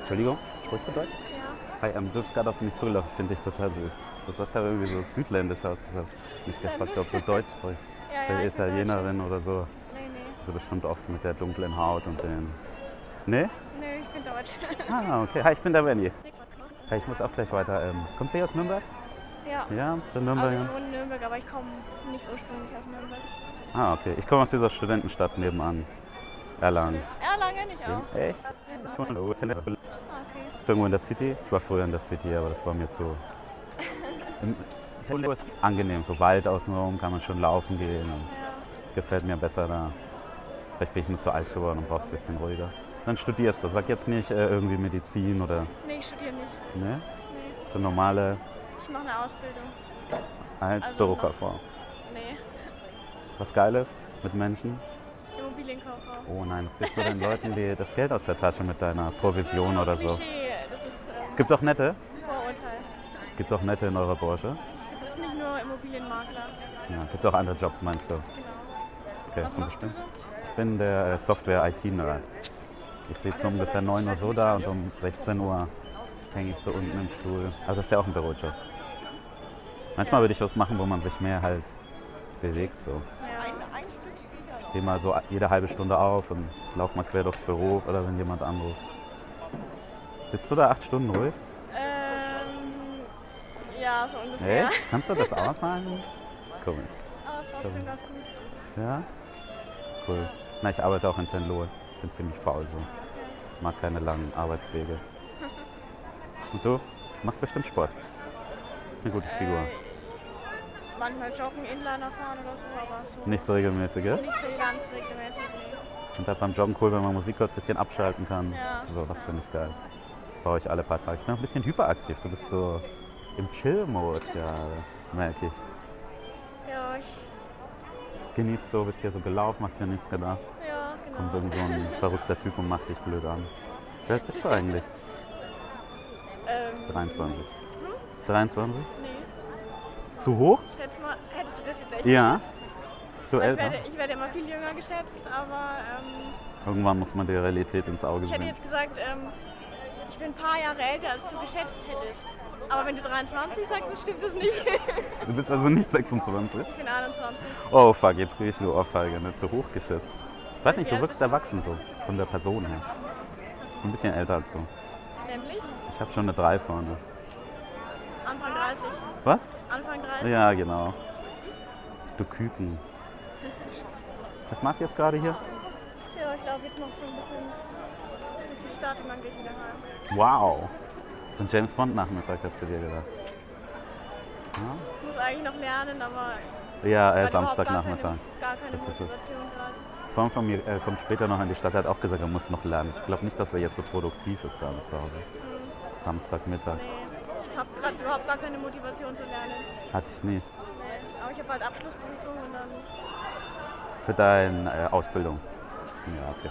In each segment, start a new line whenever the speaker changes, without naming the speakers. Entschuldigung, sprichst du Deutsch?
Ja.
Hi, ähm, du bist gerade auf mich zugelaufen, finde ich total süß. Du sahst aber irgendwie so südländisch aus. Ich habe mich gefragt, ob du Deutsch sprichst.
Ja, ja,
Vielleicht
ich bin
Italienerin oder so.
Deutsche. Nee, nee.
So bestimmt oft mit der dunklen Haut und den. Nee?
Nee, ich bin Deutsch.
Ah, okay. Hi, ich bin der Benny. Hi, ich muss auch gleich weiter. Ähm, kommst du hier aus Nürnberg?
ja.
Ja, aus der
Also
Nürnberger.
ich wohne in Nürnberg, aber ich komme nicht ursprünglich aus Nürnberg.
Ah, okay. Ich komme aus dieser Studentenstadt nebenan. Erlangen.
Erlangen ich auch.
Echt?
Ah,
Cool.
Okay.
Irgendwo in der City? Ich war früher in der City, aber das war mir zu. Im- Tempo ist angenehm, so Wald außenrum kann man schon laufen gehen. Und
Ja.
gefällt mir besser da. Vielleicht bin ich nur zu alt geworden und brauchst ein bisschen ruhiger. Dann studierst du. Sag jetzt nicht äh, irgendwie Medizin oder.
Nee, ich studiere nicht.
Ne?
Nee.
So normale
Ich mache eine Ausbildung.
als
Also
Bürokauffrau.
Nee.
Was Geiles mit Menschen.
Immobilienkauffrau.
Oh nein, das ist bei den Leuten die, das Geld aus der Tasche mit deiner Provision oder so.
Klischee. Das ist ähm,
Es gibt auch nette.
ein Vorurteil.
Es gibt auch nette in eurer Branche.
Es ist nicht nur Immobilienmakler.
Ja, es gibt auch andere Jobs, meinst du?
Genau.
Okay,
Was
zum
machst du
Beispiel.
so?
Ich bin der äh, Software-IT-Nerd. Ich sitze um ungefähr 9 Uhr so da und um 16 Uhr hänge ich so unten im Stuhl. Also das ist ja auch ein Bürojob. Manchmal würde ich was machen, wo man sich mehr halt bewegt. So.
Ja.
Ich stehe mal so jede halbe Stunde auf und laufe mal quer durchs Büro oder wenn jemand anruft. Sitzt du da acht Stunden ruhig?
Ähm, ja, so
Echt?
ungefähr.
Kannst du das aushalten? Komisch.
Aber es war schon ganz gut.
Ja? Cool. Na, ich arbeite auch in Tenlohe. Bin ziemlich faul so. Mag keine langen Arbeitswege. Und du? Machst bestimmt Sport. Ist eine gute Figur.
Äh, manchmal joggen, Inliner fahren oder so, aber so.
Nicht so regelmäßig, gell?
Nicht so ganz regelmäßig, nee.
Ich finde halt beim Joggen cool, wenn man Musik hört, ein bisschen abschalten kann.
Ja.
So, das finde ich geil. Das brauche ich alle paar Tage. Ich bin auch ein bisschen hyperaktiv. Du bist so im Chill-Mode gerade, merke ich.
Ja, ich.
Genießt so, bist hier so gelaufen, hast dir nichts gedacht.
Ja, genau.
Kommt irgend so ein verrückter Typ und macht dich blöd an. Wer bist du eigentlich?
Ähm,
23.
Hm?
23?
Nee,
Zu hoch?
ich schätze mal, hättest du das jetzt echt
Ja.
geschätzt?
Bist du
Weil Ich
älter?
werde, ich werde immer viel jünger geschätzt, aber ähm,
Irgendwann muss man die Realität ins Auge
ich hätte
sehen.
jetzt gesagt, ähm, ich bin ein paar Jahre älter, als du geschätzt hättest. Aber wenn du 23 sagst, das stimmt das nicht. ich
Du bist also nicht 26?
bin 21.
Oh fuck, jetzt kriege ich eine Ohrfeige, ne? Zu hoch geschätzt. Ich weiß nicht,
Wie
du
alt
wirkst
bist du?
erwachsen so, von der Person her. Ein bisschen älter als du.
Nämlich
Ich habe schon eine 3 vorne.
Anfang 30.
Was?
Anfang 30.
Ja, genau. Du Küken. Was machst du jetzt gerade hier?
Ja, ich glaube jetzt noch so ein bisschen, ein bisschen Start in meinem Weg wieder rein.
Wow. So ein James Bond Nachmittag hast du dir gedacht. Ja?
Ich muss eigentlich noch lernen,
Ja,
aber ich
äh,
hatte überhaupt
Samstagnachmittag.
Gar keine, gar keine
Das ist es.
Motivation gerade.
Freund von mir äh, kommt später noch in die Stadt, der hat auch gesagt, er muss noch lernen. Ich glaube nicht, dass er jetzt so produktiv ist gerade zu Hause.
Hm,
Samstagmittag.
Nee, ich habe gerade überhaupt gar keine Motivation zu lernen.
Hatte ich nie.
Nee. Aber ich habe halt Abschlussprüfung und dann
Für deine äh, Ausbildung. Ja, okay.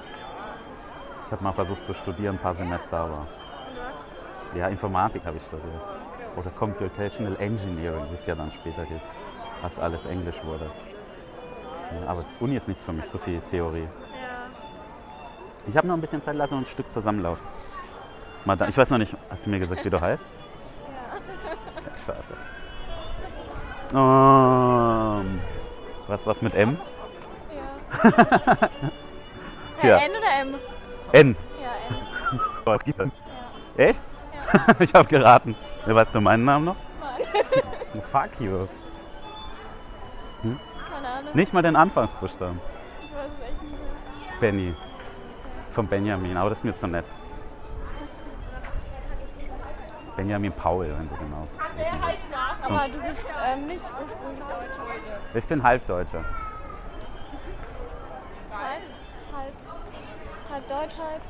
Ich habe mal versucht zu studieren, ein paar Semester, aber.
und was.
Ja, Informatik habe ich studiert. Oder Computational Engineering, wie es ja dann später hieß, als alles Englisch wurde. Ja, aber das Uni ist nichts für mich, zu viel Theorie.
Ja,
Ich habe noch ein bisschen Zeit lassen und ein Stück zusammenlaufen. Mal da, ich weiß noch nicht, hast du mir gesagt, wie du heißt? Ja, Scheiße. Ähm, was, was mit M?
ja.
Tja.
Ja, N oder M?
N.
Ja, N. Ja.
Echt?
Ja.
Ich habe geraten. Weißt du meinen Namen noch?
Mann.
Fuck you.
Keine Ahnung.
Nicht mal den Anfangsbuchstaben.
Ich weiß es echt nicht mehr.
Benny. Von Benjamin, aber das ist mir zu nett. Benjamin Paul, wenn du genau.
halt Aber du bist ähm, nicht ursprünglich Deutsch.
Ich bin Halbdeutscher.
Halb, halb, halb Halt, Deutsch, halb.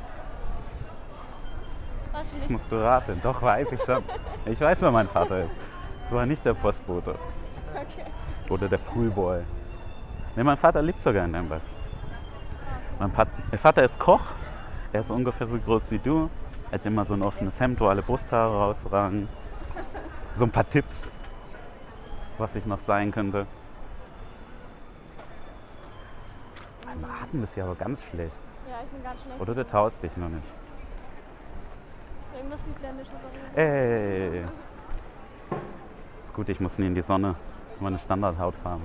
Weißt du
Ich
nicht?
muss beraten. Doch, weiß ich schon. Ich weiß, wer mein Vater ist. Das war nicht der Postbote.
Okay.
Oder der Poolboy. Ne, mein Vater lebt sogar in Nürnberg. Mein, Pat mein Vater ist Koch. Er ist ungefähr so groß wie du. Er hat immer so ein offenes Hemd, wo alle Brusthaare rausragen. So ein paar Tipps, was ich noch sein könnte. Mein Atem ist ja aber ganz schlecht.
Ja, ich bin ganz schlecht.
Oder du taust dich noch nicht.
dann das südländische Variante.
Ey. Ist gut, ich muss nie in die Sonne. Das ist meine Standardhautfarbe.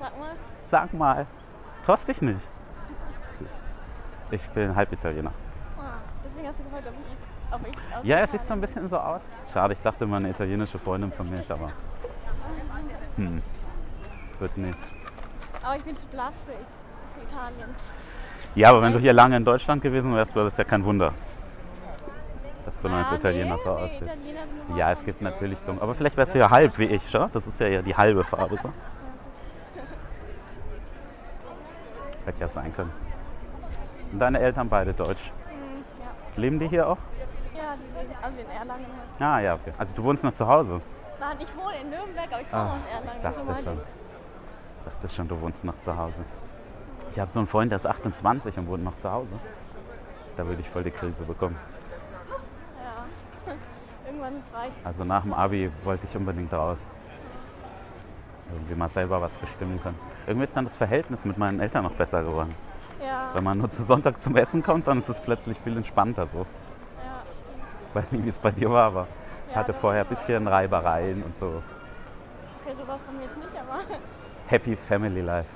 Sag mal,
Sag mal, trost dich nicht. Ich bin halb Italiener.
ah, deswegen hast du gefragt, ob ich, ob ich aus
Ja, es sieht so ein bisschen so aus. Schade, ich dachte mal eine italienische Freundin von mir, ist, aber. Hm. Wird nicht.
Aber ich bin zu blass für ich- für Italien.
Ja, aber wenn du hier lange in Deutschland gewesen wärst, wäre das ja kein Wunder. Dass du noch
Ah,
als Italiener
nee,
so
nee,
aussiehst.
Italiener sind nur
Ja, es
braun.
gibt natürlich dumm. Aber vielleicht wärst du ja halb wie ich, schau? Das ist ja ja die halbe Farbe, so. Hätte ja sein können. Und deine Eltern beide deutsch.
Hm, ja.
Leben die hier auch?
Ja, die leben also in Erlangen. halt.
Ah, ja, okay. Also du wohnst noch zu Hause?
Nein, ich wohne in Nürnberg, aber ich komme
Ah,
aus Erlangen.
ich dachte
Somalisch.
schon. Ich dachte schon, du wohnst noch zu Hause. Ich habe so einen Freund, der ist 28 und wohnt noch zu Hause. Da würde ich voll die Krise bekommen.
Ja. Irgendwann reicht
Also nach dem Abi wollte ich unbedingt raus. Irgendwie mal selber was bestimmen können. Irgendwie ist dann das Verhältnis mit meinen Eltern noch besser geworden.
Ja.
Wenn man nur zu Sonntag zum Essen kommt, dann ist es plötzlich viel entspannter so.
ja.
Ich weiß nicht, wie es bei dir war, aber ich
Ja,
hatte
das
vorher ein
ist-
bisschen Reibereien und so.
Okay, sowas kommt jetzt nicht, aber.
Happy Family Life.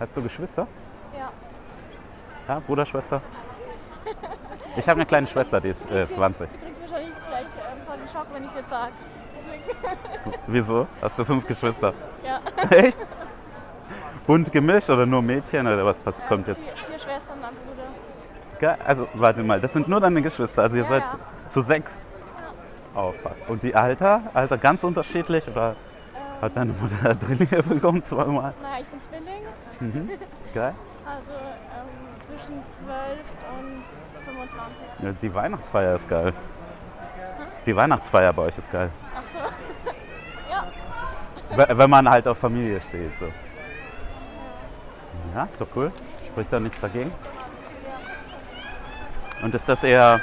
Hast du Geschwister?
Ja.
Ja, Bruder, Schwester? Ich habe eine kleine Schwester, die ist äh, 20.
Ich krieg wahrscheinlich gleich ähm, voll den Schock, wenn ich jetzt sage.
Wieso? Hast du fünf Geschwister?
Ja.
Echt? Bunt gemischt oder nur Mädchen oder was pass- kommt jetzt?
Vier, vier Schwestern und ein Bruder.
Ge- Also, warte mal, das sind nur deine Geschwister, also ihr
Ja,
seid
ja.
zu sechs. Oh, fuck. Und die Alter? Alter ganz unterschiedlich oder
Ähm,
hat deine Mutter Drillinge bekommen zweimal?
Naja, ich bin Zwilling,
Mhm. Geil.
also ähm, zwischen 12 und 25.
Ja, die Weihnachtsfeier ist geil.
Hm?
Die Weihnachtsfeier bei euch ist geil.
Achso. ja.
W- Wenn man halt auf Familie steht. So. Ja, ist doch cool. Spricht da nichts dagegen. Und ist das eher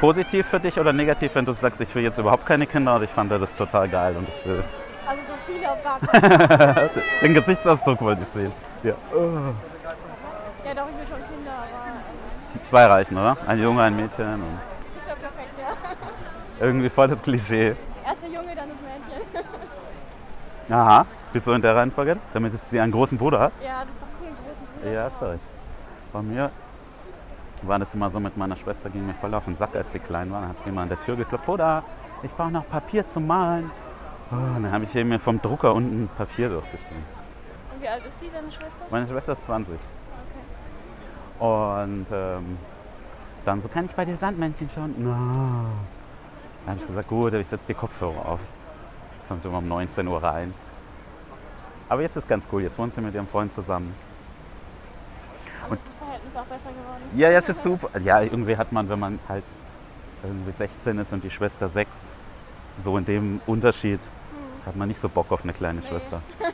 positiv für dich oder negativ, wenn du sagst, ich will jetzt überhaupt keine Kinder und ich fand das total geil und ich will.
Also so viele auf gar keinen
Den Gesichtsausdruck wollte ich sehen. Ja. Oh.
Ja, doch, ich will schon Kinder, aber ähm,
Zwei reichen, oder? Ein Junge, ein Mädchen und
ich glaube perfekt, ja.
irgendwie voll das Klischee.
Erst der Junge, dann das Mädchen.
Aha, bist du in der Reihenfolge, damit sie einen großen Bruder hat?
ja, das ist doch cool, einen großen Bruder.
Ja,
zu
hast du
haben.
recht. Bei mir war das immer so mit meiner Schwester, ging mir voll auf den Sack, als sie klein war. Dann hat sie immer an der Tür geklopft, Bruder, ich brauche noch Papier zum Malen. Oh, und dann habe ich eben mir vom Drucker unten Papier durchgeschrieben.
Und wie alt ist die, deine Schwester?
Meine Schwester ist 20.
Okay.
Und ähm, dann so, kann ich bei dir Sandmännchen schauen? Na. Dann habe ich gesagt, gut, ich setze die Kopfhörer auf. Kommt immer um 19 Uhr rein. Aber jetzt ist ganz cool, jetzt wohnt sie mit ihrem Freund zusammen.
Aber ist das Verhältnis auch besser geworden?
Ja, ja, es ist super. Ja, irgendwie hat man, wenn man halt irgendwie 16 ist und die Schwester 6, so in dem Unterschied, hat man nicht so Bock auf eine kleine
Nee.
Schwester.
Glaube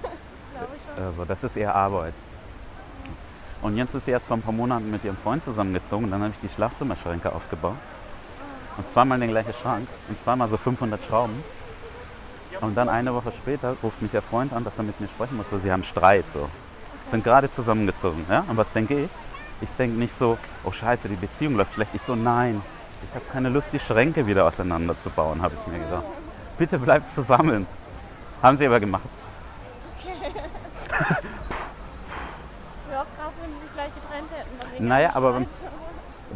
ich schon.
Also das ist eher Arbeit. Und jetzt ist sie erst vor ein paar Monaten mit ihrem Freund zusammengezogen und dann habe ich die Schlafzimmerschränke aufgebaut. Und zweimal den gleichen Schrank und zweimal so 500 Schrauben. Und dann eine Woche später ruft mich der Freund an, dass er mit mir sprechen muss, weil sie haben Streit so. Sind gerade zusammengezogen, ja? Und was denke ich? Ich denke nicht so, oh scheiße, die Beziehung läuft schlecht. Ich so, nein, ich habe keine Lust, die Schränke wieder auseinanderzubauen, habe ich mir gedacht. Bitte bleibt zusammen. Haben sie aber gemacht.
Wäre auch krass, wenn die sich gleich getrennt hätten. dann wegen
Naja,
einem
aber
Streit.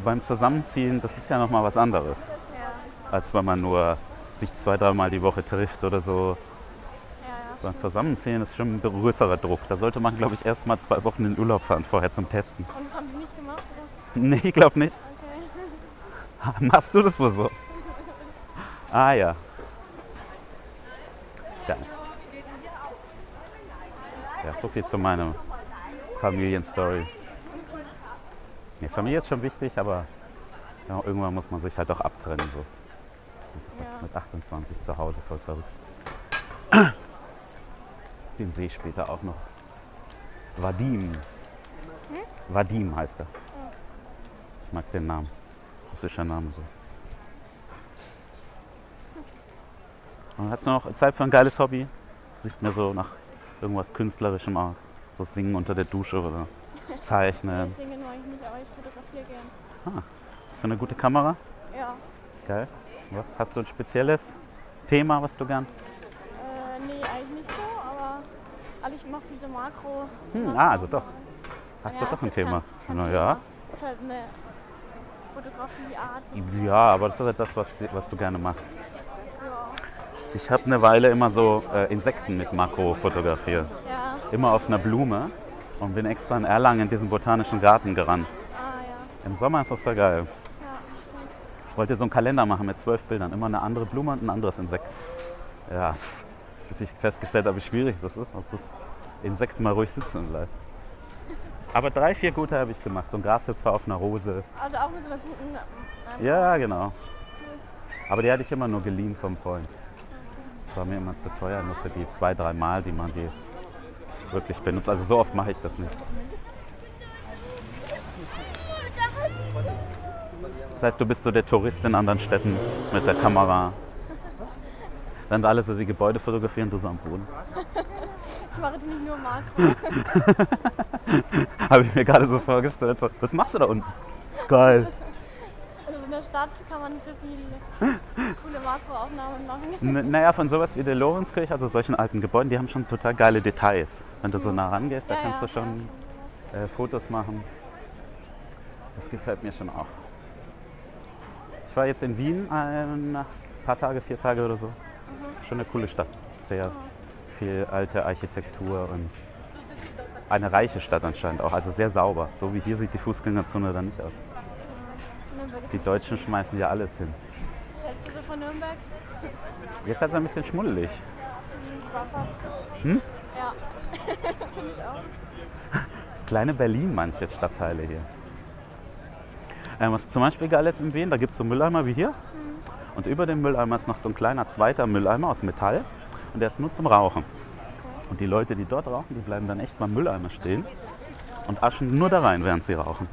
Beim Zusammenziehen, das ist ja nochmal was anderes.
Ja,
als wenn man nur sich zwei, dreimal die Woche trifft oder so.
ja, ja.
Beim Zusammenzählen ist schon ein größerer Druck. Da sollte man, glaube ich, erst mal zwei Wochen in den Urlaub fahren vorher zum Testen.
Und das haben die nicht gemacht, oder?
Nee, ich glaube nicht.
Okay.
Machst du das wohl so? Ah ja. Geil. Ja, so viel zu meiner Familienstory. Nee, Familie ist schon wichtig, aber ja, irgendwann muss man sich halt auch abtrennen. So. Wie gesagt,
Ja.
Mit 28 zu Hause, voll verrückt. Den sehe ich später auch noch. Vadim. Vadim heißt er. Ich mag den Namen. Russischer Name so. Und hast du noch Zeit für ein geiles Hobby? Sieht mir so nach irgendwas Künstlerischem aus. So singen unter der Dusche oder zeichnen.
Deswegen mache ich nicht Fotografie, aber ich fotografiere gern.
Hast du eine gute Kamera?
Ja.
Geil. Was? Hast du ein spezielles Thema, was du gern?
Äh, nee, eigentlich nicht so, aber also ich mache diese Makro.
Hm, ah, also doch. Hast du doch ein
Ja, das kann-
Thema?
kann
Na
ich
ja.
immer. Ist halt eine Fotografieart.
Ja, aber das ist halt das, was, was du gerne machst.
Ja.
Ich habe eine Weile immer so äh, Insekten mit Makro fotografiert.
ja.
Immer auf einer Blume und bin extra in Erlangen in diesen botanischen Garten gerannt.
Ah, ja.
Im Sommer ist das voll geil.
Ja, stimmt.
Wollte so einen Kalender machen mit zwölf Bildern. Immer eine andere Blume und ein anderes Insekt. Ja, bis ich festgestellt habe, wie schwierig das ist, dass das Insekt mal ruhig sitzen bleibt. Aber drei, vier gute habe ich gemacht. So ein Grashüpfer auf einer Rose.
Also auch mit so einer guten. Ähm,
Ja, genau. Aber die hatte ich immer nur geliehen vom Freund. Das war mir immer zu teuer, nur für die zwei, drei Mal, die man die wirklich benutzt. Also so oft mache ich das nicht. Das heißt, du bist so der Tourist in anderen Städten mit der Kamera. Dann alle so die Gebäude fotografieren, du so am Boden.
Ich mache die nicht nur Makro.
Habe ich mir gerade so vorgestellt. So, was machst du da unten? Ist geil.
Also in der Stadt kann man für viele coole Makroaufnahmen machen.
N- Naja, von sowas wie der Lorenzkirche, also solchen alten Gebäuden, die haben schon total geile Details. Wenn du so nah rangehst, da
Mhm. Ja,
kannst
ja,
du schon äh, Fotos machen. Das gefällt mir schon auch. Ich war jetzt in Wien ein paar Tage, vier Tage oder so.
Mhm.
Schon eine coole Stadt.
Ah.
Sehr viel alte Architektur und eine reiche Stadt anscheinend auch. Also sehr sauber. So wie hier sieht die Fußgängerzone dann nicht aus.
Und dann würde
Die Deutschen schmeißen ja alles hin.
ich hältst du so von Nürnberg?
Jetzt hat es ein bisschen schmuddelig.
Hm, war fast.
Hm?
Ja. Finde ich auch.
kleine Berlin, manche Stadtteile hier. Ähm, was zum Beispiel geil ist in Wien, da gibt es so Mülleimer wie hier. Und über dem Mülleimer ist noch so ein kleiner zweiter Mülleimer aus Metall. Und der ist nur zum Rauchen. Und die Leute, die dort rauchen, die bleiben dann echt beim Mülleimer stehen und aschen nur da rein, während sie rauchen.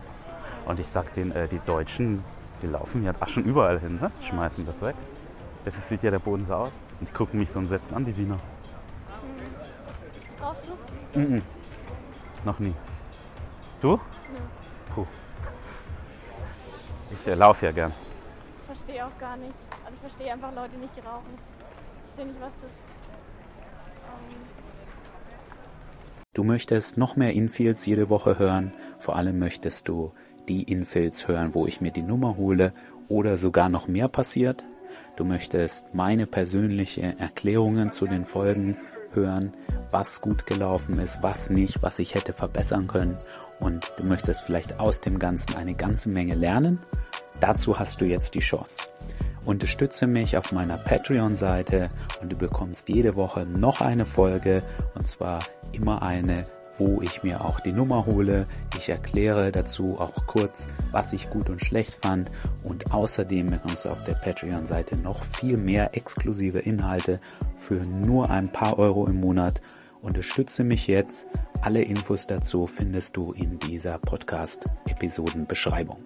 Und ich sag denen, äh, die Deutschen, die laufen ja aschen überall hin, ne? schmeißen das weg. Das ist- sieht ja der Boden so aus. Und die gucken mich so und setzen an, die Wiener.
Brauchst du?
Mhm. Noch nie. Du? Puh. Ich äh, laufe ja gern.
Ich verstehe auch gar nicht. Also ich verstehe einfach Leute, die nicht rauchen. Ich verstehe nicht, was das. Ähm,
Du möchtest noch mehr Infills jede Woche hören. Vor allem möchtest du die Infills hören, wo ich mir die Nummer hole oder sogar noch mehr passiert. Du möchtest meine persönliche Erklärungen zu den Folgen hören, was gut gelaufen ist, was nicht, was ich hätte verbessern können. Und du möchtest vielleicht aus dem Ganzen eine ganze Menge lernen. Dazu hast du jetzt die Chance. Unterstütze mich auf meiner Patreon-Seite und du bekommst jede Woche noch eine Folge und zwar immer eine, wo ich mir auch die Nummer hole. Ich erkläre dazu auch kurz, was ich gut und schlecht fand und außerdem bekommst du auf der Patreon-Seite noch viel mehr exklusive Inhalte für nur ein paar Euro im Monat. Unterstütze mich jetzt. Alle Infos dazu findest du in dieser Podcast-Episodenbeschreibung.